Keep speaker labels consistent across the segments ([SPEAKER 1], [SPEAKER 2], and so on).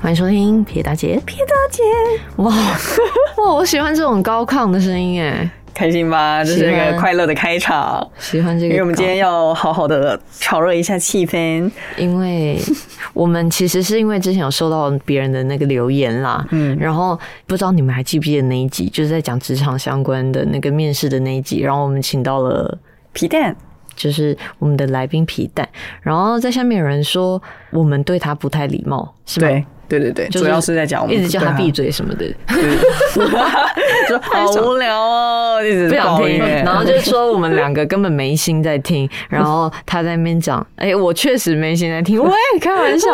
[SPEAKER 1] 欢迎收听撇大姐。
[SPEAKER 2] 撇大姐，
[SPEAKER 1] 哇 哇，我喜欢这种高亢的声音哎，
[SPEAKER 3] 开心吧？这是
[SPEAKER 1] 喜
[SPEAKER 3] 一个
[SPEAKER 1] 欢
[SPEAKER 3] 快乐的开场，
[SPEAKER 1] 喜欢这
[SPEAKER 3] 因
[SPEAKER 1] 个高。
[SPEAKER 3] 为我们今天要好好的炒热一下气氛。
[SPEAKER 1] 因为我们其实是因为之前有收到别人的那个留言啦，嗯，然后不知道你们还记不记得那一集，就是在讲职场相关的那个面试的那一集，然后我们请到了
[SPEAKER 3] 皮蛋，
[SPEAKER 1] 就是我们的来宾皮蛋，然后在下面有人说我们对他不太礼貌，是吧？
[SPEAKER 3] 对对对对，
[SPEAKER 1] 就是
[SPEAKER 3] 主要是在讲我们啊
[SPEAKER 1] 一直叫他闭
[SPEAKER 3] 嘴，
[SPEAKER 1] 嘴什么的，
[SPEAKER 3] 说好无聊哦，一直
[SPEAKER 1] 不想
[SPEAKER 3] 抱
[SPEAKER 1] 听，
[SPEAKER 3] 怨
[SPEAKER 1] 然后就说我们两个根本没心在听， 然后他在那边讲，哎、我确实没心在听，喂，开玩 笑，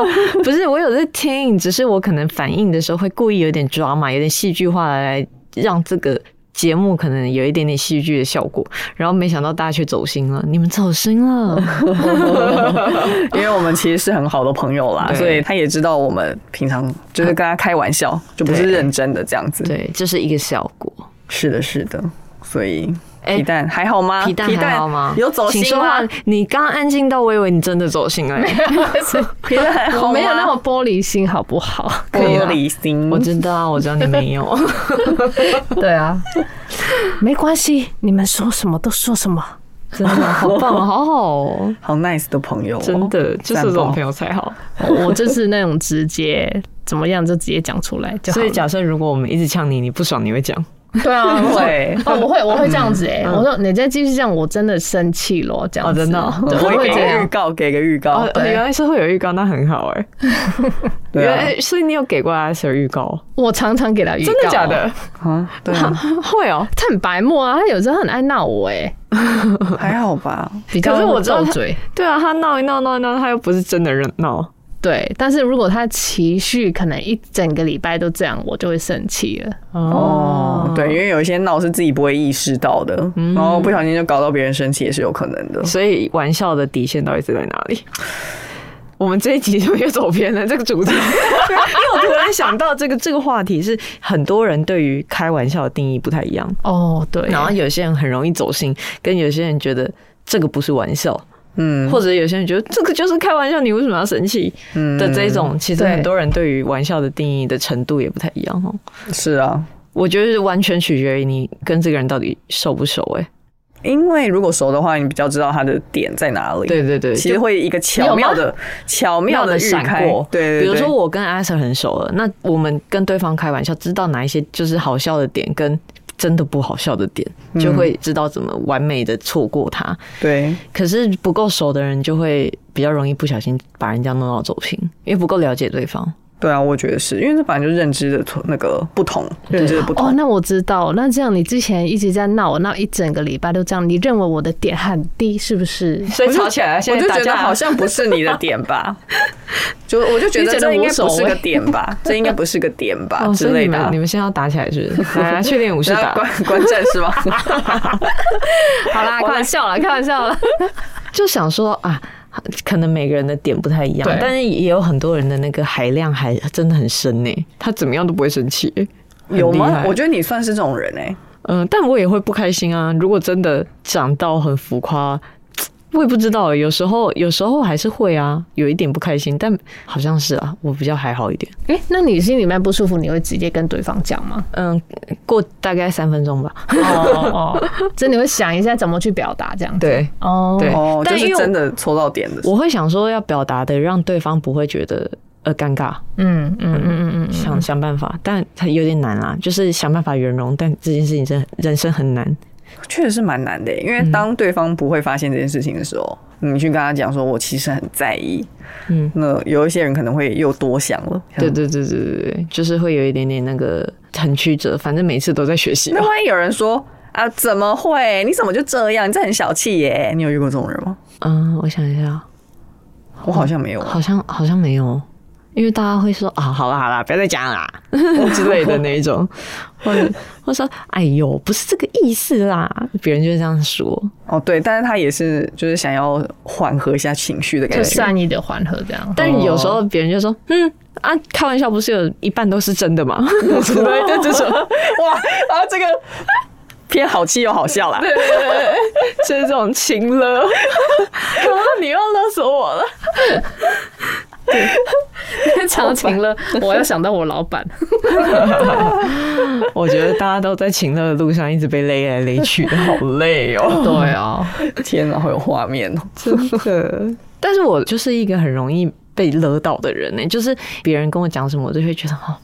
[SPEAKER 1] 不是我有在听，只是我可能反应的时候会故意有点抓马，有点戏剧化来让这个。节目可能有一点点戏剧的效果，然后没想到大家却走心了，你们走心了，
[SPEAKER 3] 因为我们其实是很好的朋友啦，
[SPEAKER 1] 对
[SPEAKER 3] 所以他也知道我们平常就是跟他开玩笑，就不是
[SPEAKER 1] 对
[SPEAKER 3] 认真的这样 子。
[SPEAKER 1] 对，这是一个效果。
[SPEAKER 3] 是的，是的，所以。
[SPEAKER 1] 哎
[SPEAKER 3] 皮蛋还好吗？
[SPEAKER 1] 啊皮蛋还好吗？
[SPEAKER 3] 有走
[SPEAKER 1] 请
[SPEAKER 3] 心
[SPEAKER 1] 说啊话
[SPEAKER 3] 吗？，
[SPEAKER 1] 你刚安静到我以为你真的走心 了、欸，
[SPEAKER 3] 皮蛋还好吗？
[SPEAKER 2] 我没有那么玻璃心，好不好？
[SPEAKER 3] 玻璃心，
[SPEAKER 1] 我知道，我知道你没有。
[SPEAKER 2] 对啊，没关系，你们说什么都说什么。
[SPEAKER 1] 真的好棒，好好哦，
[SPEAKER 3] 好 nice 的朋友哦、
[SPEAKER 1] 真的就是这种朋
[SPEAKER 3] 友。
[SPEAKER 1] 友才好。
[SPEAKER 2] 我就是那种直接怎么样就直接讲出来就好
[SPEAKER 1] 所以
[SPEAKER 2] 了。
[SPEAKER 1] 假设如果我们一直呛你，你不爽你会讲，
[SPEAKER 2] 对 啊，我，
[SPEAKER 3] 对
[SPEAKER 2] 哦，我会我会这样子哎、我说你再继续这样，我真的生气咯，这样子。
[SPEAKER 1] 哦真的哦
[SPEAKER 2] 对
[SPEAKER 3] 我
[SPEAKER 2] 我
[SPEAKER 3] 会
[SPEAKER 2] 会
[SPEAKER 3] 给
[SPEAKER 2] 这
[SPEAKER 3] 个预
[SPEAKER 2] 样。
[SPEAKER 3] 告，给个预告
[SPEAKER 1] 哦，，
[SPEAKER 2] 对
[SPEAKER 1] 原来是会有预告，那很好哎。
[SPEAKER 3] 对
[SPEAKER 1] 原
[SPEAKER 3] 啊，
[SPEAKER 1] 来所以你有给过 a s 预告，哦
[SPEAKER 2] 我常常给他预告，
[SPEAKER 1] 真的假的？？
[SPEAKER 3] 啊，对啊，
[SPEAKER 1] 会哦，
[SPEAKER 2] 他很白目啊，他有时候很爱闹我哎、
[SPEAKER 3] 还好吧，
[SPEAKER 2] 比较
[SPEAKER 1] 可是我知道
[SPEAKER 2] 斗
[SPEAKER 1] 他
[SPEAKER 2] 嘴。
[SPEAKER 1] 对啊，他闹一闹闹一闹，他又不是真的人闹。
[SPEAKER 2] 对，但是如果他情绪可能一整个礼拜都这样，我就会生气了。
[SPEAKER 3] 哦，对，因为有一些闹是自己不会意识到的，
[SPEAKER 1] 嗯
[SPEAKER 3] 然后不小心就搞到别人生气也是有可能的。
[SPEAKER 1] 所以玩笑的底线到底是在哪里？我们这一集就又走偏了这个主题， 因为我突然想到这个这个话题是很多人对于开玩笑的定义不太一样。
[SPEAKER 2] 哦，对，
[SPEAKER 1] 然后有些人很容易走心，跟有些人觉得这个不是玩笑，
[SPEAKER 3] 嗯，
[SPEAKER 1] 或者有些人觉得这个就是开玩笑，你为什么要生气
[SPEAKER 3] 嗯
[SPEAKER 1] 的这种，其实
[SPEAKER 2] 对
[SPEAKER 1] 很多人对于玩笑的定义的程度也不太一样哦。
[SPEAKER 3] 是啊，
[SPEAKER 1] 我觉得完全取决于你跟这个人到底熟不熟、哎，
[SPEAKER 3] 因为如果熟的话，你比较知道他的点在哪里。，
[SPEAKER 1] 对对对，
[SPEAKER 3] 其实会一个巧妙的、巧妙
[SPEAKER 1] 妙
[SPEAKER 3] 的
[SPEAKER 1] 的
[SPEAKER 3] 预
[SPEAKER 1] 闪
[SPEAKER 3] 开
[SPEAKER 1] 过。。
[SPEAKER 3] 对对对，
[SPEAKER 1] 比如说我跟阿 Sir 很熟了，那我们跟对方开玩笑，知道哪一些就是好笑的点跟真的不好笑的点，
[SPEAKER 3] 嗯
[SPEAKER 1] 就会知道怎么完美的错过他。
[SPEAKER 3] 对，
[SPEAKER 1] 可是不够熟的人就会比较容易不小心把人家弄到走心，因为不够了解对方。
[SPEAKER 3] 对啊，我觉得是因为这本来就是认知的错那个不同，认知的不
[SPEAKER 2] 哦，
[SPEAKER 3] 同。
[SPEAKER 2] 那我知道。那这样你之前一直在闹我，闹一整个礼拜都这样，你认为我的点很低是不是？
[SPEAKER 1] 所以吵起来，
[SPEAKER 3] 我就觉得好像不是你的点吧，啊 就我就觉
[SPEAKER 2] 你
[SPEAKER 3] 得
[SPEAKER 2] 觉得
[SPEAKER 3] 这应该
[SPEAKER 2] 无所
[SPEAKER 3] 不是
[SPEAKER 2] 谓
[SPEAKER 3] 个点吧，这应该不是个点吧
[SPEAKER 1] 哦，
[SPEAKER 3] 之
[SPEAKER 1] 所以
[SPEAKER 3] 类
[SPEAKER 1] 你
[SPEAKER 3] 的啊
[SPEAKER 1] 们你。们现在要打起来是哎不 是？来来去练武士
[SPEAKER 3] 然后
[SPEAKER 1] 打，
[SPEAKER 3] 观观战是吗？
[SPEAKER 2] 好啦， 开玩笑啦，开玩笑啦。
[SPEAKER 1] 就想说啊。可能每个人的点不太一样
[SPEAKER 2] 对，
[SPEAKER 1] 但是也有很多人的那个海量还真的很深呢、他怎么样都不会生 气、很
[SPEAKER 3] 有
[SPEAKER 1] 厉
[SPEAKER 3] 吗？
[SPEAKER 1] 害
[SPEAKER 3] 我觉得你算是这种人哎，
[SPEAKER 1] 嗯、但我也会不开心啊。如果真的长到很浮夸，我也不知道、有时候有时候还是会啊，有一点不开心，但好像是啊，我比较还好一点。
[SPEAKER 2] 哎、那你心里面不舒服，你会直接跟对方讲吗？
[SPEAKER 1] 嗯，过大概三分钟吧。
[SPEAKER 2] 哦 哦，这你会想一下怎么去表达这样子。
[SPEAKER 1] 对，
[SPEAKER 2] 哦，
[SPEAKER 1] 对
[SPEAKER 3] 哦，
[SPEAKER 1] 但
[SPEAKER 3] 就
[SPEAKER 1] 因为
[SPEAKER 3] 是
[SPEAKER 1] 我
[SPEAKER 3] 真的戳到点的时 候。
[SPEAKER 1] 我会想说要表达的，让对方不会觉得呃尴尬，
[SPEAKER 2] 嗯嗯嗯嗯嗯嗯，
[SPEAKER 1] 想想办法，但它有点难啦，就是想办法圆融。但这件事情真的人生很难，
[SPEAKER 3] 确实是蛮难的欸，因为当对方不会发现这件事情的时候，你去跟他讲说，我其实很在意。
[SPEAKER 1] 嗯，
[SPEAKER 3] 那有一些人可能会又多想了。
[SPEAKER 1] 对对对对对对，就是会有一点点那个很曲折，反正每次都在学习吧
[SPEAKER 3] 那。万一有人说啊，怎么会？你怎么就这样？你这很小气耶！你有遇过这种人吗？
[SPEAKER 1] 嗯，我想一下，
[SPEAKER 3] 我好像没有，啊
[SPEAKER 1] 好像好像没有，因为大家会说啊，好啦好啦，不要再讲啦之类的那一种，或者或者说哎呦，不是这个意思啦，别人就会这样说。
[SPEAKER 3] 哦，对，但是他也是就是想要缓和一下情绪的感
[SPEAKER 2] 就
[SPEAKER 3] 觉。
[SPEAKER 2] 善意的缓和 这样。
[SPEAKER 1] 但有时候别人就说，嗯啊，开玩笑，不是有一半都是真的吗？之类的这种，
[SPEAKER 3] 哇，然后这个偏好气又好笑 啦。
[SPEAKER 1] 就是这种情 了，然后你又勒索我了。
[SPEAKER 2] 长情了， 我要想到我老板，
[SPEAKER 1] 我觉得大家都在情乐的路上一直被勒来勒去的，好累哦。
[SPEAKER 2] 对啊，
[SPEAKER 3] 天哪，好有画面哦！
[SPEAKER 1] 真的。 但是我就是一个很容易被勒到的人呢、欸就是别人跟我讲什么，我就会觉得哦。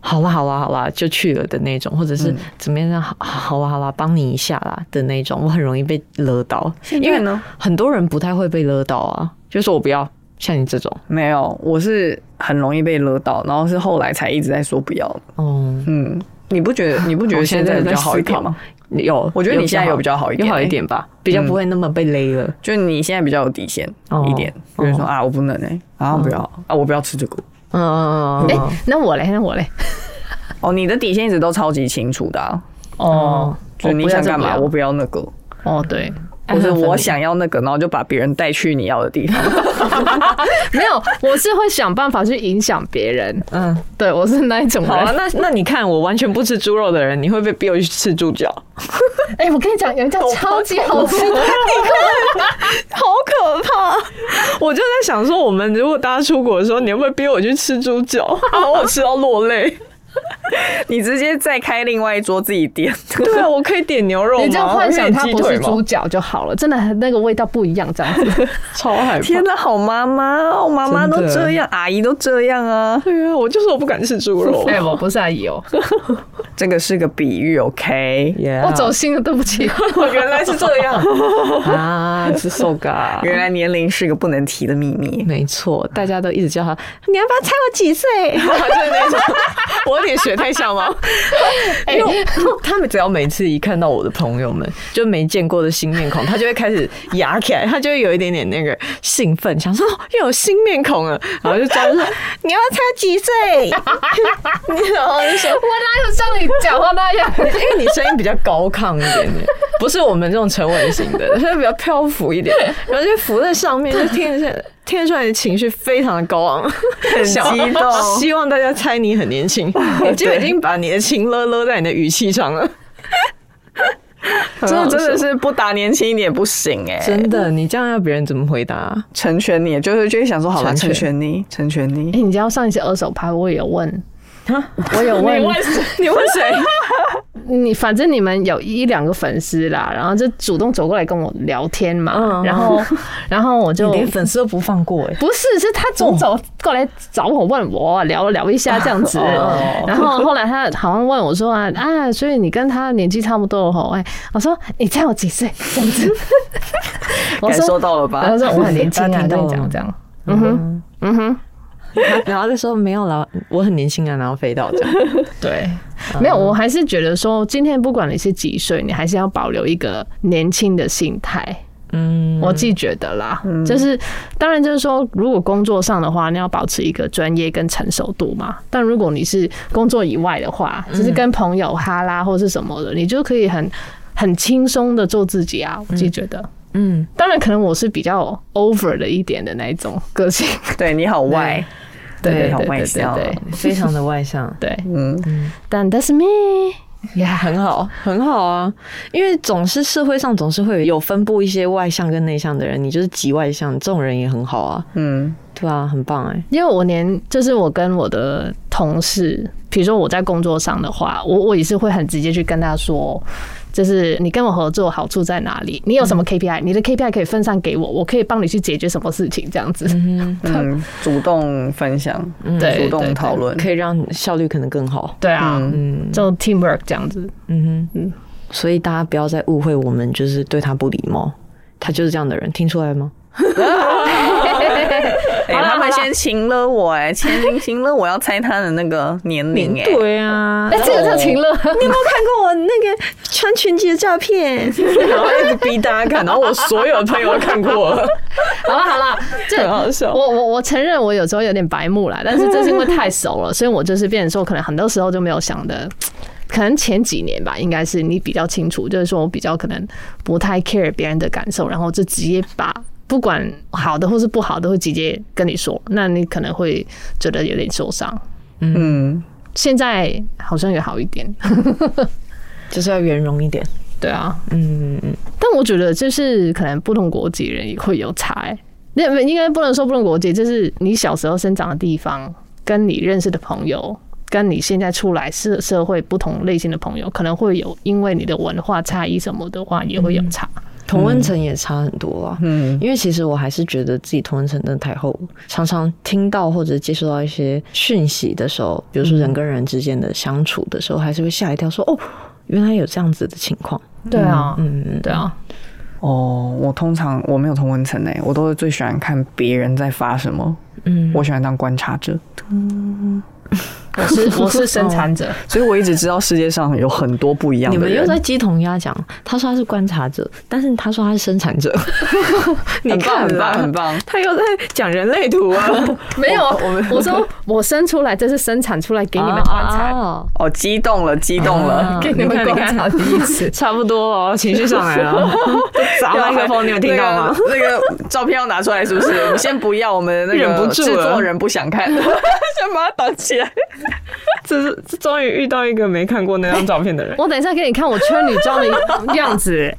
[SPEAKER 1] 好啦，好啦，好啦，就去了的那种，或者是怎么样？好，好啦，好啦，帮你一下啦的那种，我很容易被勒到，因为
[SPEAKER 3] 呢，
[SPEAKER 1] 很多人不太会被勒到啊，就说我不要，像你这种，
[SPEAKER 3] 没有，我是很容易被勒到，然后是后来才一直在说不要。
[SPEAKER 1] 哦、
[SPEAKER 3] 嗯，你不觉得你不觉得
[SPEAKER 1] 我
[SPEAKER 3] 现
[SPEAKER 1] 哦在
[SPEAKER 3] 在比较好一
[SPEAKER 1] 思考
[SPEAKER 3] 点吗？？
[SPEAKER 1] 有，
[SPEAKER 3] 我觉得你现在有比较好一点
[SPEAKER 1] 有好一点哎嗯吧，比较不会那么被勒了。
[SPEAKER 3] 就是你现在比较有底线
[SPEAKER 1] 哦
[SPEAKER 3] 一点，比如说啊，我不能哎，啊不要啊，我不要吃这个。
[SPEAKER 1] 嗯嗯嗯
[SPEAKER 2] 哎、
[SPEAKER 1] 嗯，
[SPEAKER 2] 那我嘞，那我嘞，
[SPEAKER 3] 哦，你的底线一直都超级清楚的啊，
[SPEAKER 2] 哦，
[SPEAKER 3] 就是你想干嘛，我
[SPEAKER 2] 我
[SPEAKER 3] 不要那个，
[SPEAKER 2] 哦，对，
[SPEAKER 3] 或
[SPEAKER 1] 按
[SPEAKER 3] 者
[SPEAKER 1] 分
[SPEAKER 3] 我
[SPEAKER 1] 你
[SPEAKER 3] 想要那个，然后就把别人带去你要的地方。
[SPEAKER 2] 没有，我是会想办法去影响别人，
[SPEAKER 1] 嗯，
[SPEAKER 2] 对我是那一种
[SPEAKER 1] 好
[SPEAKER 2] 人
[SPEAKER 1] 啊，。那那你看，我完全不吃猪肉的人，你会被逼我去吃猪脚，
[SPEAKER 2] 哎、我跟你讲，有一家超级好吃的，
[SPEAKER 1] 好可怕！我就在想说，我们如果大家出国的时候，你会不会逼我去吃猪脚， 然后我吃到落泪？
[SPEAKER 3] 你直接再开另外一桌自己点。
[SPEAKER 1] 对啊，我可以点牛肉吗？
[SPEAKER 2] 你就幻想它
[SPEAKER 1] 我可以
[SPEAKER 2] 不
[SPEAKER 1] 鸡腿
[SPEAKER 2] 是
[SPEAKER 1] 吗
[SPEAKER 2] 猪，脚就好了，真的那个味道不一样，这样 子。
[SPEAKER 1] 超害怕。
[SPEAKER 3] 天哪，好妈妈哦，妈妈都这样，阿姨都这样啊。
[SPEAKER 1] 对啊，我就说我不敢吃猪 肉。
[SPEAKER 2] 哎、我不是阿姨哦，
[SPEAKER 3] 这个是个比喻，OK？
[SPEAKER 1] Yeah
[SPEAKER 2] 我走心了，对不
[SPEAKER 1] 哎
[SPEAKER 2] 起。
[SPEAKER 3] 我原来是这样，
[SPEAKER 1] 啊，是 so ga。
[SPEAKER 3] 原来年龄是个不能提的秘密。
[SPEAKER 1] 没错，大家都一直叫他， 你要不要猜我几岁？ 就是那种，我有点学太像哦 吗？ 因为他们只要每次一看到我的朋友们，就没见过的新面孔，他就会开始牙起来，他就会有一点点那个兴奋，想说哦又有新面孔了，然后就叫 说你要不要猜我几岁？ 然后就说
[SPEAKER 2] 我哪有像你讲话那样？
[SPEAKER 1] 因为你声音比较高亢一点点， 不是我们这种沉稳型 的，它比较漂浮一 点，然后就浮在上面，就听得出来，听得出来你的情绪非常的高昂，很
[SPEAKER 3] 激动
[SPEAKER 1] 希望大家猜你很年 轻，你就已经把你的情勒勒在你的语气上了。
[SPEAKER 3] 这
[SPEAKER 1] 好笑
[SPEAKER 3] 真的是不打年轻一点不行哎、
[SPEAKER 1] 真的，你这样要别人怎么回答、
[SPEAKER 3] 成全你，就是就会想说，好吧，
[SPEAKER 1] 成
[SPEAKER 3] 成
[SPEAKER 1] 全
[SPEAKER 3] 全你，成全
[SPEAKER 2] 哎、
[SPEAKER 3] 你。
[SPEAKER 2] 你知道上一次二手拍我也有问，我有问
[SPEAKER 1] 你问谁？
[SPEAKER 2] 你反正你们有一两个粉丝啦，然后就主动走过来跟我聊天嘛，
[SPEAKER 1] 嗯
[SPEAKER 2] 然后 然后我就
[SPEAKER 1] 连粉丝都不放过哎、
[SPEAKER 2] 不是是他总走过来找我问我聊聊一下这样子，
[SPEAKER 3] 哦
[SPEAKER 2] 然后后来他好像问我说啊啊，所以你跟他年纪差不多吼，哎，我说你猜我几岁这 样子，我
[SPEAKER 3] 感受
[SPEAKER 2] 说
[SPEAKER 3] 到了吧
[SPEAKER 2] 然？后说我很 年轻
[SPEAKER 1] 大家
[SPEAKER 2] 啊，
[SPEAKER 1] 听到
[SPEAKER 2] 跟
[SPEAKER 1] 了
[SPEAKER 2] 你讲这样，嗯哼嗯哼，
[SPEAKER 1] 然后就说没有啦，我很年轻啊，然后飞到这样。
[SPEAKER 2] 对。没有，我还是觉得说，今天不管你是几岁，你还是要保留一个年轻的心态。
[SPEAKER 1] 嗯，
[SPEAKER 2] 我自己觉得啦，
[SPEAKER 3] 嗯
[SPEAKER 2] 就是当然就是说，如果工作上的话，你要保持一个专业跟成熟度嘛。但如果你是工作以外的话，就是
[SPEAKER 1] 嗯
[SPEAKER 2] 跟朋友哈拉或是什么的，你就可以很很轻松的做自己啊。我自己觉得，
[SPEAKER 1] 嗯，
[SPEAKER 2] 当然可能我是比较 over 的一点的那一种个性，
[SPEAKER 3] 对你好外，
[SPEAKER 2] 对对
[SPEAKER 3] 好
[SPEAKER 2] 对
[SPEAKER 3] 外
[SPEAKER 2] 对
[SPEAKER 3] 向。
[SPEAKER 2] 对
[SPEAKER 1] 非常的外向。
[SPEAKER 2] 对，
[SPEAKER 3] 嗯，
[SPEAKER 2] 但 that's me。呀，
[SPEAKER 1] 很好，很好啊！因为总是社会上总是会有分布一些外向跟内向的人，你就是极外向，这种人也很好啊，
[SPEAKER 3] 嗯，
[SPEAKER 1] 对啊，很棒哎、
[SPEAKER 2] 因为我连就是我跟我的同事，比如说我在工作上的话，我我也是会很直接去跟他说，就是你跟我合作好处在哪里？你有什
[SPEAKER 3] 嗯
[SPEAKER 2] 么 KPI？、你的 KPI 可以分散给我，我可以帮你去解决什么事情这样子。
[SPEAKER 3] 嗯，主动分享，
[SPEAKER 2] 对
[SPEAKER 3] 嗯主
[SPEAKER 2] 对
[SPEAKER 3] 动
[SPEAKER 2] 对
[SPEAKER 3] 讨论，
[SPEAKER 1] 可以让效率可能更好。
[SPEAKER 2] 对啊，
[SPEAKER 1] 嗯
[SPEAKER 2] 就 teamwork 这样 子。
[SPEAKER 1] 嗯哼，所以大家不要再误会我们，就是对他不礼貌，他就是这样的人，听出来吗？
[SPEAKER 3] 哎、他们先请了我、哎，前行请了我要猜他的那个年龄、哎，
[SPEAKER 2] 对啊，哎，这个叫情乐，
[SPEAKER 1] 你有没有看过我那个穿裙子的照片？然后一直逼大家看，然后我所有的朋友都看过了，
[SPEAKER 2] 好了好了，这
[SPEAKER 1] 很好笑
[SPEAKER 2] 我我我承认我有时候有点白目啦，但是这是因为太熟了，所以我就是变成说，我可能很多时候就没有想的。可能前几年吧，应该是你比较清楚，就是说我比较可能不太 care 别人的感受，然后就直接把不管好的或是不好的会直接跟你说，那你可能会觉得有点受伤。
[SPEAKER 3] 嗯，
[SPEAKER 2] 现在好像也好一点，
[SPEAKER 1] 就是要圆融一点。
[SPEAKER 2] 对啊，
[SPEAKER 1] 嗯，
[SPEAKER 2] 但我觉得就是可能不同国籍人也会有差、欸，那不应该不能说不同国籍，就是你小时候生长的地方，跟你认识的朋友，跟你现在出来社社会不同类型的朋友，可能会有因为你的文化差异什么的话，也会有差。
[SPEAKER 1] 同温层也差很多啊。嗯，因为其实我还是觉得自己同温层真的太厚，常常听到或者接收到一些讯息的时候，比如说人跟人之间的相处的时候，还是会吓一跳说，哦，原来有这样子的情况。
[SPEAKER 2] 对啊，
[SPEAKER 1] 嗯，
[SPEAKER 2] 对啊，
[SPEAKER 3] 哦，我通常我没有同文层诶、我都是最喜欢看别人在发什么，
[SPEAKER 1] 嗯，
[SPEAKER 3] 我喜欢当观察者，
[SPEAKER 2] 我是我是生 产者，
[SPEAKER 3] 所以我一直知道世界上有很多不一样
[SPEAKER 1] 你
[SPEAKER 3] 的
[SPEAKER 1] 们又
[SPEAKER 3] 人。
[SPEAKER 1] 在鸡同鸭讲，他说他是观察者，但是他说他是生产 者，你看
[SPEAKER 3] 很
[SPEAKER 1] 吧
[SPEAKER 3] 棒，很，棒。
[SPEAKER 1] 他又在讲人类图 啊，
[SPEAKER 2] 没有，
[SPEAKER 3] 啊
[SPEAKER 2] 我说我生出来，这是生产出来给你们观察。
[SPEAKER 1] 哦
[SPEAKER 3] 哦，激动了，激动 了，
[SPEAKER 2] 给你们
[SPEAKER 1] 看
[SPEAKER 2] 观察
[SPEAKER 1] 啊你看 差不多哦，情绪上来 了，砸麦克风，你有听到吗？
[SPEAKER 3] 那个那个照片要拿出来，是不是？ 我们先不要，我们那
[SPEAKER 1] 忍不
[SPEAKER 3] 个
[SPEAKER 1] 住
[SPEAKER 3] 制
[SPEAKER 1] 了
[SPEAKER 3] 作人不想看，先把它挡起来。
[SPEAKER 1] 这是这终于遇到一个没看过那张照片的人。
[SPEAKER 2] 我等一下给你看我穿女装的样子，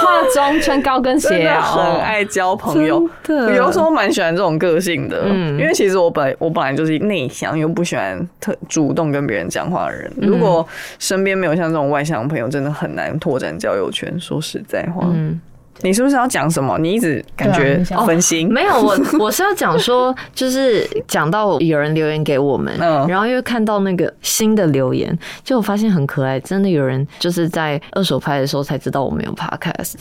[SPEAKER 2] 化妆穿高跟
[SPEAKER 3] 真
[SPEAKER 2] 鞋
[SPEAKER 3] 的
[SPEAKER 2] 啊，
[SPEAKER 3] 很爱交朋友，
[SPEAKER 1] 哦真的
[SPEAKER 3] 有时候蛮喜欢这种个性的，
[SPEAKER 1] 嗯
[SPEAKER 3] 因为其实我本来我本来就是内向又不喜欢特主动跟别人讲话的人，
[SPEAKER 1] 嗯
[SPEAKER 3] 如果身边没有像这种外向的朋友，真的很难拓展交友圈。说实在话，
[SPEAKER 1] 嗯，
[SPEAKER 3] 你是不是要讲什么？你一直感
[SPEAKER 2] 对啊
[SPEAKER 3] 觉
[SPEAKER 2] 你想
[SPEAKER 3] 分心，
[SPEAKER 1] 没有，我 我是要讲说，就是讲到有人留言给我们，
[SPEAKER 3] 嗯
[SPEAKER 1] 然后又看到那个新的留言，就我发现很可爱，真的有人就是在二手拍的时候才知道我们有 podcast，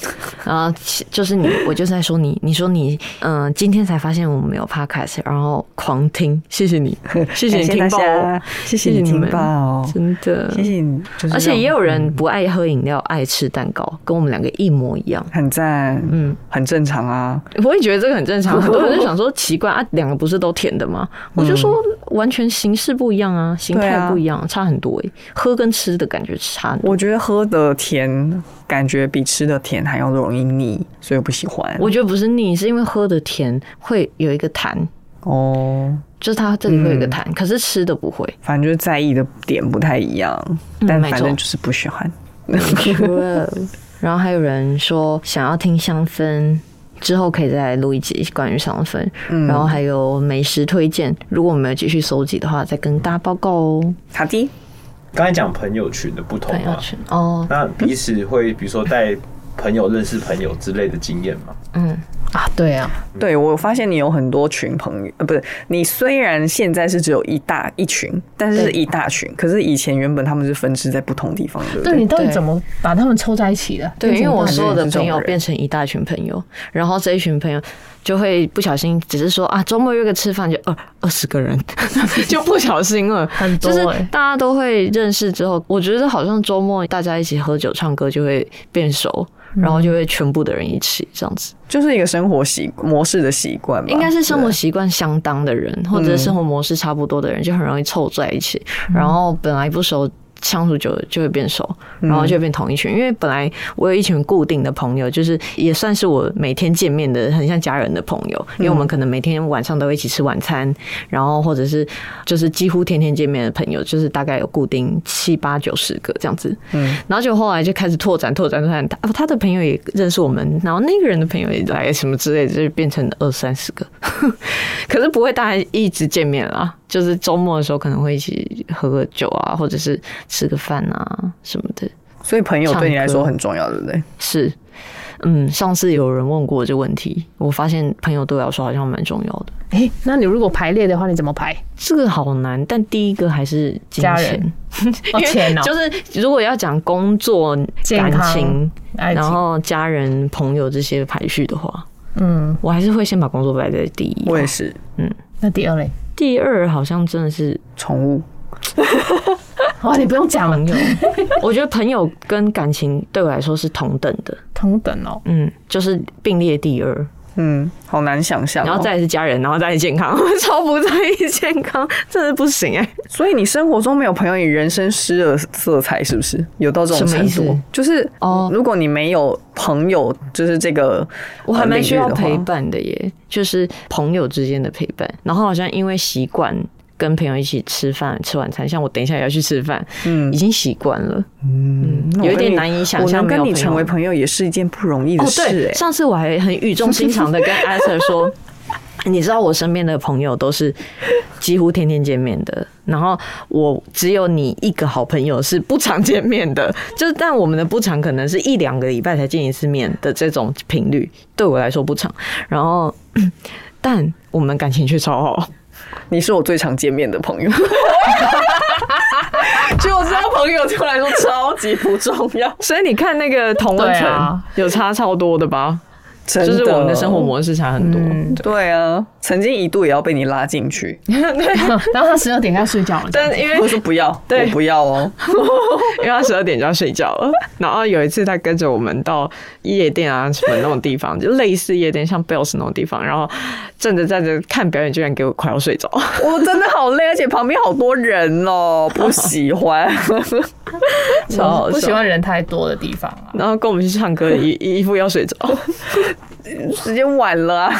[SPEAKER 1] 然 后其就是你，我就在说你，你说你，嗯、今天才发现我们有 podcast，然后狂听，谢谢 你，谢谢你听
[SPEAKER 3] 感
[SPEAKER 1] 到
[SPEAKER 3] 大
[SPEAKER 1] 哦
[SPEAKER 3] 家，，谢谢你听
[SPEAKER 1] 们
[SPEAKER 3] 报，
[SPEAKER 1] 真的，
[SPEAKER 3] 谢谢你，就是
[SPEAKER 1] 而且
[SPEAKER 3] 让
[SPEAKER 1] 也有人不爱喝饮料，爱吃蛋糕，跟我们两个一模一样。
[SPEAKER 3] 很赞，
[SPEAKER 1] 嗯，
[SPEAKER 3] 很正常啊。
[SPEAKER 1] 我也觉得这个很正 常。很多人就想说奇怪啊，两个不是都甜的吗？
[SPEAKER 3] 嗯
[SPEAKER 1] 我就说完全形式不一样啊，形态不一样，差很多诶、欸喝跟吃的感觉差很多。
[SPEAKER 3] 我觉得喝的甜感觉比吃的甜还要容易腻，所以我不喜欢。
[SPEAKER 1] 我觉得不是腻，是因为喝的甜会有一个痰，
[SPEAKER 3] 哦。
[SPEAKER 1] 就是它这里会有一个
[SPEAKER 3] 嗯
[SPEAKER 1] 痰，可是吃的不会。
[SPEAKER 3] 反正就是在意的点不太一样，但
[SPEAKER 1] 嗯没
[SPEAKER 3] 反
[SPEAKER 1] 错
[SPEAKER 3] 正就是不喜欢。
[SPEAKER 1] 然后还有人说想要听香氛，之后可以再录一集关于香氛。
[SPEAKER 3] 嗯
[SPEAKER 1] 然后还有美食推荐，如果我们有继续搜集的话，再跟大家报告哦。
[SPEAKER 3] 卡迪，
[SPEAKER 4] 刚才讲朋友群的不同
[SPEAKER 1] 朋友
[SPEAKER 4] 嘛，
[SPEAKER 1] 圈哦，
[SPEAKER 4] 那彼此会比如说带朋友认识朋友之类的经验嘛？
[SPEAKER 1] 嗯，
[SPEAKER 2] 啊，对啊，
[SPEAKER 3] 对我发现你有很多群朋友，呃，不是你虽然现在是只有一大一群，但是是
[SPEAKER 1] 对
[SPEAKER 3] 一大群，可是以前原本他们是分支在不同地方，对不
[SPEAKER 2] 对你
[SPEAKER 3] 对？
[SPEAKER 2] 到底怎么把他们凑在一起的？
[SPEAKER 1] 对，因为我
[SPEAKER 3] 是
[SPEAKER 1] 所有的
[SPEAKER 3] 这
[SPEAKER 1] 朋
[SPEAKER 3] 种
[SPEAKER 1] 友
[SPEAKER 3] 人
[SPEAKER 1] 变成一大群朋友，然后这一群朋友就会不小心，只是说啊，周末约个吃饭就二二十个人， 就不小心 了，
[SPEAKER 2] 很多
[SPEAKER 1] 就是
[SPEAKER 2] 欸
[SPEAKER 1] 大家都会认识之后，我觉得好像周末大家一起喝酒唱歌就会变熟，
[SPEAKER 3] 嗯
[SPEAKER 1] 然后就会全部的人一起这样子，
[SPEAKER 3] 就是一个生活习模式的习惯吧，
[SPEAKER 1] 应该是生活
[SPEAKER 3] 对
[SPEAKER 1] 习惯相当的人，或者是生活模式差不多的人，就很容易凑在一起，
[SPEAKER 3] 嗯
[SPEAKER 1] 然后本来不熟。相处久了就会变熟，然后就会变同一群。因为本来我有一群固定的朋友，就是也算是我每天见面的，很像家人的朋友。因为我们可能每天晚上都会一起吃晚餐，然后或者是就是几乎天天见面的朋友，就是大概有固定七八九十个这样子。
[SPEAKER 3] 嗯，
[SPEAKER 1] 然后就后来就开始拓展拓展拓展，他他的朋友也认识我们，然后那个人的朋友也来什么之类的，就变成二三十个。 可是不会大家一直见面啦，就是周末的时候可能会一起喝个酒啊，或者是吃个饭啊什么的。
[SPEAKER 3] 所以朋友对你来
[SPEAKER 1] 唱
[SPEAKER 3] 说
[SPEAKER 1] 歌
[SPEAKER 3] 很重要，对不对？
[SPEAKER 1] 是，嗯，上次有人问过我这个问题，我发现朋友对我来说好像蛮重要的。
[SPEAKER 2] 哎、那你如果排列的话，你怎么排？
[SPEAKER 1] 这个好难，但第一个还是金
[SPEAKER 2] 家
[SPEAKER 1] 钱
[SPEAKER 2] 人， 哦 钱哦
[SPEAKER 1] 就是如果要讲工作、
[SPEAKER 2] 健
[SPEAKER 1] 感
[SPEAKER 2] 康
[SPEAKER 1] 情，
[SPEAKER 2] 爱情
[SPEAKER 1] 然后家人、朋友这些排序的话，
[SPEAKER 2] 嗯，
[SPEAKER 1] 我还是会先把工作摆在第一。
[SPEAKER 3] 我也是
[SPEAKER 2] 那第二类，
[SPEAKER 1] 第二好像真的是
[SPEAKER 3] 宠物，
[SPEAKER 2] 哇，你不用讲了
[SPEAKER 1] 朋，友，我觉得朋友跟感情对我来说是同等的，
[SPEAKER 2] 同等 哦。
[SPEAKER 1] 嗯，就是并列第二，
[SPEAKER 3] 嗯，好难想象、
[SPEAKER 2] 哦
[SPEAKER 1] 然后，再来是家人，然后再来健康， 我超不在意健康，真的不行哎、
[SPEAKER 3] 所以你生活中没有朋友，你人生失了色彩，是不是？有到这种
[SPEAKER 1] 什么
[SPEAKER 3] 程
[SPEAKER 1] 意
[SPEAKER 3] 度
[SPEAKER 1] 思？
[SPEAKER 3] 就是
[SPEAKER 1] 哦
[SPEAKER 3] 如果你没有朋友，就是这个
[SPEAKER 1] 我还
[SPEAKER 3] 呃
[SPEAKER 1] 蛮
[SPEAKER 3] 领
[SPEAKER 1] 需
[SPEAKER 3] 域
[SPEAKER 1] 要
[SPEAKER 3] 的话
[SPEAKER 1] 陪伴的耶，就是朋友之间的陪伴。然后好像因为习惯跟朋友一起吃饭、吃晚餐，像我等一下也要去吃饭，
[SPEAKER 3] 嗯
[SPEAKER 1] 已经习惯了，
[SPEAKER 3] 嗯，那我
[SPEAKER 1] 有一
[SPEAKER 3] 跟
[SPEAKER 1] 点
[SPEAKER 3] 你
[SPEAKER 1] 难以想
[SPEAKER 3] 我
[SPEAKER 1] 象
[SPEAKER 3] 能
[SPEAKER 1] 没
[SPEAKER 3] 跟
[SPEAKER 1] 有
[SPEAKER 3] 你
[SPEAKER 1] 朋
[SPEAKER 3] 成为
[SPEAKER 1] 友
[SPEAKER 3] 朋友也是一件不容易的
[SPEAKER 1] 哦，
[SPEAKER 3] 事、
[SPEAKER 1] 对，
[SPEAKER 3] 哎、
[SPEAKER 1] 上次我还很语重心长的跟阿 Sir 说，你知道我身边的朋友都是几乎天天见面的，然后我只有你一个好朋友是不常见面的， 就是但我们的不常可能是一两个礼拜才见一次面的这种频率，对我来说不长。然后， 但我们感情却超好，
[SPEAKER 3] 欸你是我最常见面的朋友。就我知道朋友对我来说超级不重要，
[SPEAKER 1] 所以你看那个同温
[SPEAKER 2] 对
[SPEAKER 1] 层、
[SPEAKER 2] 啊
[SPEAKER 1] 有差超多的吧？
[SPEAKER 3] 真
[SPEAKER 1] 就是我们的生活
[SPEAKER 3] 式。
[SPEAKER 1] 模式差很多。
[SPEAKER 3] 对啊，曾经一度也要被你拉进去，
[SPEAKER 2] 然后他十二点该睡觉了，
[SPEAKER 1] 但因为
[SPEAKER 3] 我说不要，
[SPEAKER 1] 对
[SPEAKER 3] 我不要哦。
[SPEAKER 1] 因为他十二点就要睡觉了。然后有一次他跟着我们到夜店啊什么那种地方，就类似夜店，像 Bells 那种地方，然后站着站着看表演，居然给我快要睡着。
[SPEAKER 3] 我真的好累，而且旁边好多人 哦，不喜欢，超好
[SPEAKER 2] 不喜
[SPEAKER 3] 笑。
[SPEAKER 2] 欢人太多的地方啊。
[SPEAKER 1] 然后跟我们去唱歌，一一副要睡 着。
[SPEAKER 3] 时间晚了、 啊，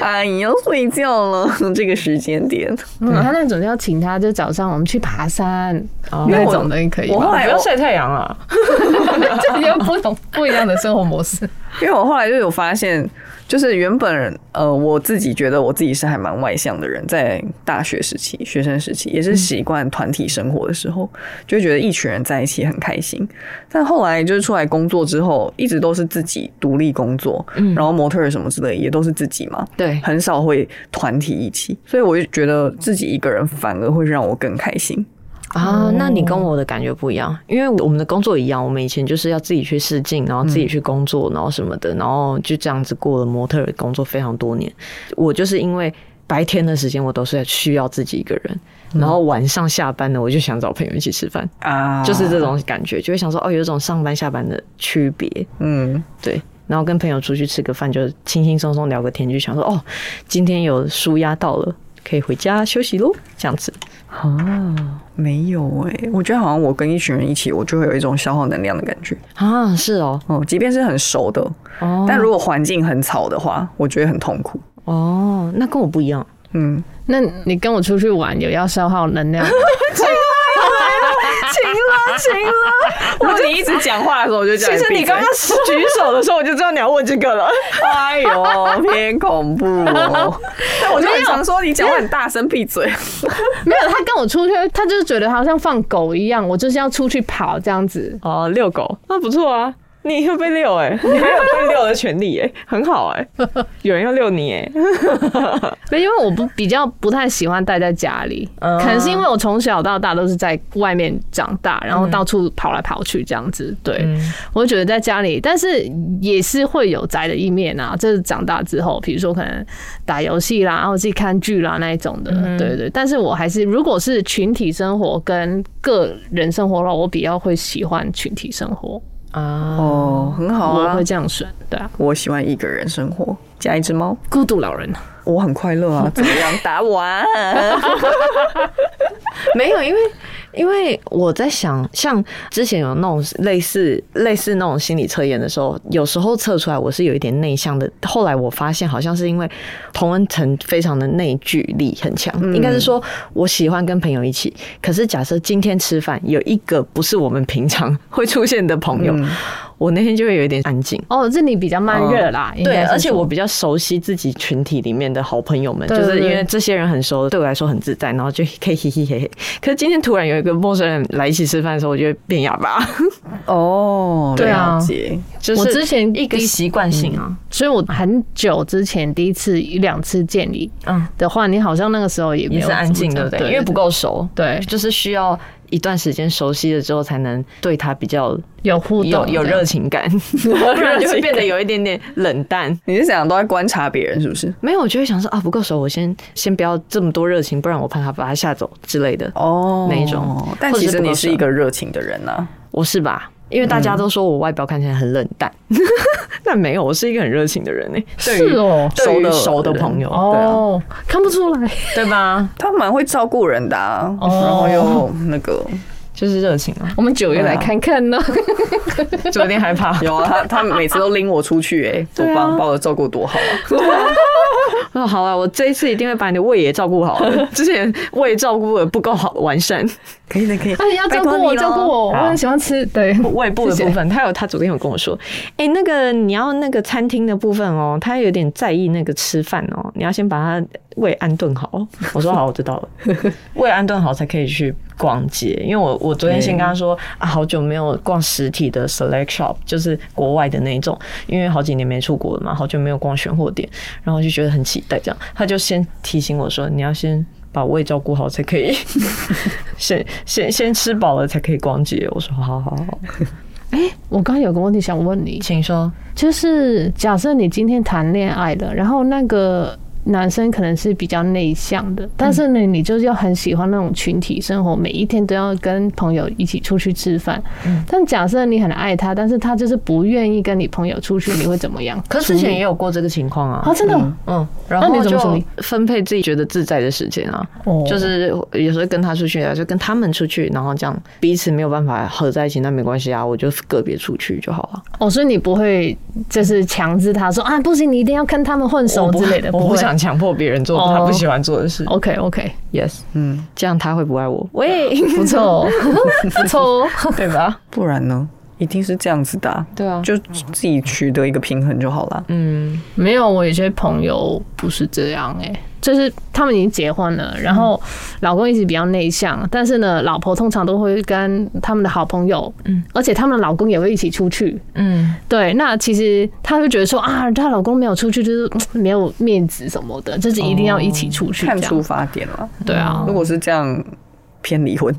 [SPEAKER 3] 阿姨要睡觉了，这个时间点。
[SPEAKER 2] 嗯，他那种要请他，就早上我们去爬山，
[SPEAKER 1] 哦
[SPEAKER 2] 那种的可以
[SPEAKER 3] 我后
[SPEAKER 2] 吗？
[SPEAKER 3] 来
[SPEAKER 1] 不要晒太阳啊！
[SPEAKER 2] 这又不同不一样的生活模式。
[SPEAKER 3] 因为我后来就有发现，就是原本呃，我自己觉得我自己是还蛮外向的人，在大学时期、学生时期也是习惯团体生活的时候，就会觉得一群人在一起很开心。但后来就是出来工作之后，一直都是自己独立工作，
[SPEAKER 2] 嗯
[SPEAKER 3] 然后模特儿什么之类也都是自己嘛，
[SPEAKER 1] 对
[SPEAKER 3] 很少会团体一起，所以我就觉得自己一个人反而会让我更开心。
[SPEAKER 1] 啊，那你跟我的感觉不一样，因为我们的工作一样，我们以前就是要自己去试镜，然后自己去工作，然后什么的，然后就这样子过了模特儿工作非常多年。我就是因为白天的时间我都是需要自己一个人，然后晚上下班呢，我就想找朋友一起吃饭，
[SPEAKER 3] 啊，
[SPEAKER 1] 就是这，种感觉，就会想说哦，有一种上班下班的区别，
[SPEAKER 3] 嗯，
[SPEAKER 1] 对。然后跟朋友出去吃个饭，就轻轻松松聊个天，就想说哦，今天有舒压到了，可以回家休息喽，这样子。
[SPEAKER 3] 没有哎、我觉得好像我跟一群人一起，我就会有一种消耗能量的感觉。
[SPEAKER 1] 啊，是哦，
[SPEAKER 3] 哦，即便是很熟的，
[SPEAKER 1] 哦，
[SPEAKER 3] 但如果环境很吵的话，我觉得很痛苦。
[SPEAKER 1] 哦，那跟我不一样。
[SPEAKER 3] 嗯，
[SPEAKER 2] 那你跟我出去玩有要消耗能量吗？
[SPEAKER 3] 行了行了， 如果你一直讲话的时候，我就叫你闭嘴。
[SPEAKER 1] 举手的时候，我就知道你要问这个了。
[SPEAKER 3] 哎呦， 偏恐怖 哦！但我就很常说你讲话很大声，闭嘴。
[SPEAKER 2] 没有，他跟我出去，他就是觉得好像放狗一样，我就是要出去跑这样子。
[SPEAKER 1] 哦，遛狗，那不错啊。你会被遛哎、你还有被遛的权利哎、很好哎、有人要遛你哎、
[SPEAKER 2] 没有因为我不比较不太喜欢待在家里，
[SPEAKER 1] 嗯
[SPEAKER 2] 可能是因为我从小到大都是在外面长大，然后到处跑来跑去这样
[SPEAKER 1] 嗯
[SPEAKER 2] 子。对，我觉得在家里，但是也是会有宅的一面啊。这是长大之后，比如说可能打游戏啦，然后自己看剧啦那一种的。
[SPEAKER 1] 嗯
[SPEAKER 2] 对对，但是我还是如果是群体生活跟个人生活的话，我比较会喜欢群体生活，
[SPEAKER 1] 啊，
[SPEAKER 3] 哦，很好
[SPEAKER 2] 我
[SPEAKER 3] 啊
[SPEAKER 2] 会，这样选。对啊，
[SPEAKER 3] 我喜欢一个人生活，加一只猫，
[SPEAKER 2] 孤独老人。
[SPEAKER 3] 我很快乐 啊。怎么样？打完。
[SPEAKER 1] 没有，因为因为我在想，像之前有那种类似类似那种心理测验的时候，有时候测出来我是有一点内向的。后来我发现，好像是因为童文层非常的内聚力很强，应该是说我喜欢跟朋友一起。可是假设今天吃饭有一个不是我们平常会出现的朋友，我那天就会有一点安静。
[SPEAKER 2] 哦，这里比较慢热啦，应该
[SPEAKER 1] 对，
[SPEAKER 2] 是
[SPEAKER 1] 而且
[SPEAKER 2] 说
[SPEAKER 1] 我比较熟悉自己群体里面的好朋友们，
[SPEAKER 2] 对
[SPEAKER 1] 就是
[SPEAKER 2] 对
[SPEAKER 1] 因
[SPEAKER 2] 对
[SPEAKER 1] 为这些人很熟，对我来说很自在，然后就可以嘿嘿嘿嘿。可是今天突然有一个陌生人来一起吃饭的时候，我就会变哑巴，
[SPEAKER 3] 哦，
[SPEAKER 2] 对啊
[SPEAKER 3] 了解。
[SPEAKER 1] 就是
[SPEAKER 2] 我之前
[SPEAKER 1] 一个
[SPEAKER 2] 第
[SPEAKER 1] 习惯性啊，
[SPEAKER 2] 所以我很久之前第一次一两次见你
[SPEAKER 1] 嗯，
[SPEAKER 2] 的话，你好像那个时候也没
[SPEAKER 1] 也
[SPEAKER 2] 有
[SPEAKER 1] 是安静，对
[SPEAKER 2] 怎么
[SPEAKER 1] 不
[SPEAKER 2] 着
[SPEAKER 1] 对？因为不够熟，
[SPEAKER 2] 对
[SPEAKER 1] 就是需要一段时间熟悉了之后，才能对他比较
[SPEAKER 2] 有互动，
[SPEAKER 1] 有有
[SPEAKER 2] 这
[SPEAKER 1] 热
[SPEAKER 2] 样
[SPEAKER 1] 情 感，不然就会变得有一点点冷淡。
[SPEAKER 3] 你是想都在观察别人是不是？
[SPEAKER 1] 没有，我就会想说啊，不够熟，我先先不要这么多热情，不然我怕他把他吓走之类的。
[SPEAKER 3] 哦
[SPEAKER 1] 哪一种
[SPEAKER 3] 但
[SPEAKER 1] 或者
[SPEAKER 3] 其
[SPEAKER 1] 是
[SPEAKER 3] 实
[SPEAKER 1] 不够
[SPEAKER 3] 你是
[SPEAKER 1] 熟
[SPEAKER 3] 一个热情的人啊呐、
[SPEAKER 1] 我是吧？因为大家都说我外表看起来很冷淡， 但没有，我是一个很热情的人诶、对于
[SPEAKER 2] 是哦
[SPEAKER 1] 对啊于
[SPEAKER 3] 熟的
[SPEAKER 1] 熟的
[SPEAKER 3] 人
[SPEAKER 1] 朋友，
[SPEAKER 2] 哦，看不出来，
[SPEAKER 1] 对吧？
[SPEAKER 3] 他蛮会照顾人的、啊，
[SPEAKER 2] 哦
[SPEAKER 3] 然后又那个
[SPEAKER 1] 就是热情 啊，
[SPEAKER 2] 我们九月来看看呢。
[SPEAKER 1] 就有点害怕。
[SPEAKER 3] 有啊，他他每次都拎我出去、哎，多
[SPEAKER 1] 啊
[SPEAKER 3] 棒，把我照顾多 好啊！
[SPEAKER 1] 哦，好啊，我这一次一定会把你的胃也照顾好 的。之前胃照顾的不够好完善，
[SPEAKER 3] 可以的，可以
[SPEAKER 2] 哎，要照顾我，照顾。我，我
[SPEAKER 1] 好
[SPEAKER 2] 很喜欢吃。对，
[SPEAKER 1] 胃部的部分，他有他昨天有跟我说，哎、那个你要那个餐厅的部分哦，他有点在意那个吃饭哦，你要先把他胃安顿好哦。我说好，我知道了，胃安顿好才可以去逛街，因为我我昨天先跟他说、啊，好久没有逛实体的 select shop，就是国外的那一种，因为好几年没出国了嘛，好久没有逛选货店，然后我就觉得很期待这样，他就先提醒我说，你要先。把胃照顾好才可以 先先先吃饱了才可以逛街。我说好好好，
[SPEAKER 2] 我刚刚有个问题想问你，
[SPEAKER 1] 请说。
[SPEAKER 2] 就是假设你今天谈恋爱了，然后那个男生可能是比较内向的，但是呢，你就是要很喜欢那种群体生活，每一天都要跟朋友一起出去吃饭。
[SPEAKER 1] 嗯
[SPEAKER 2] 但假设你很爱他，但是他就是不愿意跟你朋友出 去，你会怎么样？
[SPEAKER 1] 可是之前也有过这个情况啊
[SPEAKER 2] 啊，。真的哦，
[SPEAKER 1] 嗯，然
[SPEAKER 2] 那
[SPEAKER 1] 后
[SPEAKER 2] 你怎么处
[SPEAKER 1] 就
[SPEAKER 2] 理
[SPEAKER 1] 分配自己觉得自在的时间啊，
[SPEAKER 2] 哦
[SPEAKER 1] 就是有时候跟他出去啊，就跟他们出去，然后这样彼此没有办法合在一起，那没关系啊，我就个别出去就好了。
[SPEAKER 2] 哦，所以你不会就是强制他说啊，不行，你一定要跟他们混熟之 类的，
[SPEAKER 1] 我不
[SPEAKER 2] 会。
[SPEAKER 1] 想强迫别人做
[SPEAKER 2] 哦
[SPEAKER 1] 他不喜欢做的事。
[SPEAKER 2] OK OK，
[SPEAKER 1] Yes，
[SPEAKER 3] 嗯，
[SPEAKER 1] 这样他会不爱我？喂，
[SPEAKER 2] 不错 哦，不错哦。
[SPEAKER 1] 对吧？
[SPEAKER 3] 不然呢？一定是这样子的啊、
[SPEAKER 1] 对啊，
[SPEAKER 3] 就自己取得一个平衡就好了。
[SPEAKER 1] 嗯，
[SPEAKER 2] 没有，我有些朋友不是这样哎、就是他们已经结婚了，然后
[SPEAKER 3] 嗯
[SPEAKER 2] 老公一直比较内向，但是呢，老婆通常都会跟他们的好朋友，嗯，而且他们的老公也会一起出去，
[SPEAKER 1] 嗯，
[SPEAKER 2] 对，那其实她会觉得说啊，她老公没有出去就是嗯没有面子什么的，就是一定要一起出去
[SPEAKER 3] 哦
[SPEAKER 2] 这
[SPEAKER 3] 看出
[SPEAKER 2] 样，
[SPEAKER 3] 发点了。
[SPEAKER 1] 嗯
[SPEAKER 2] 对啊
[SPEAKER 3] 如，果是这样，偏 离婚。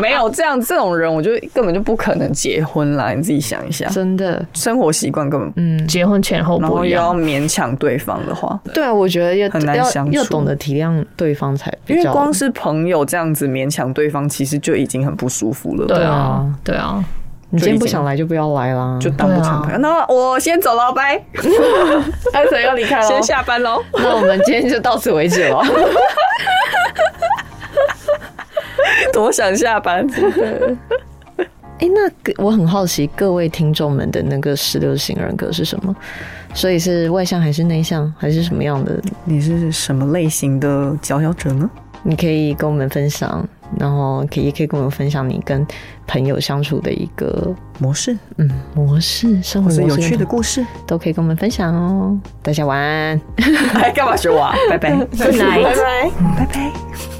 [SPEAKER 3] 没有这样这种人，我就根本就不可能结婚啦。你自己想一下，
[SPEAKER 1] 真的，
[SPEAKER 3] 生活习惯根本，
[SPEAKER 1] 嗯，
[SPEAKER 2] 结婚前后
[SPEAKER 3] 然
[SPEAKER 2] 不
[SPEAKER 3] 后
[SPEAKER 2] 一
[SPEAKER 3] 又
[SPEAKER 2] 样
[SPEAKER 3] 要。勉强对方的话，
[SPEAKER 1] 对啊，我觉得要
[SPEAKER 3] 很难
[SPEAKER 1] 要
[SPEAKER 3] 相
[SPEAKER 1] 要
[SPEAKER 3] 处
[SPEAKER 1] 懂得体谅对方才比
[SPEAKER 3] 因为
[SPEAKER 1] 较
[SPEAKER 3] 光是朋友这样子勉强对方，其实就已经很不舒服了。
[SPEAKER 2] 对
[SPEAKER 1] 对
[SPEAKER 2] 啊
[SPEAKER 1] 啊，
[SPEAKER 2] 对啊，
[SPEAKER 1] 你今天不想来就不要来啦，
[SPEAKER 3] 就当不成朋友。那我先走了，拜。
[SPEAKER 1] 安晨要离 开
[SPEAKER 3] 先下班喽。
[SPEAKER 1] 那我们今天就到此为止了。
[SPEAKER 3] 多想下班。
[SPEAKER 1] 哎、那个我很好奇各位听众们的那个十六型人格是什么？所以是外向还是内向还是什么样的？
[SPEAKER 3] 你是什么类型的佼佼者呢？
[SPEAKER 1] 你可以跟我们分享，然后可以也可以跟我们分享你跟朋友相处的一个
[SPEAKER 3] 模式，
[SPEAKER 1] 嗯模式，生活
[SPEAKER 3] 或是
[SPEAKER 1] 模
[SPEAKER 3] 有
[SPEAKER 1] 式
[SPEAKER 3] 趣的故事？
[SPEAKER 1] 都可以跟我们分享哦。大家晚安
[SPEAKER 3] 哎，干嘛学我啊？拜拜，
[SPEAKER 1] ，Good night。
[SPEAKER 3] 拜拜。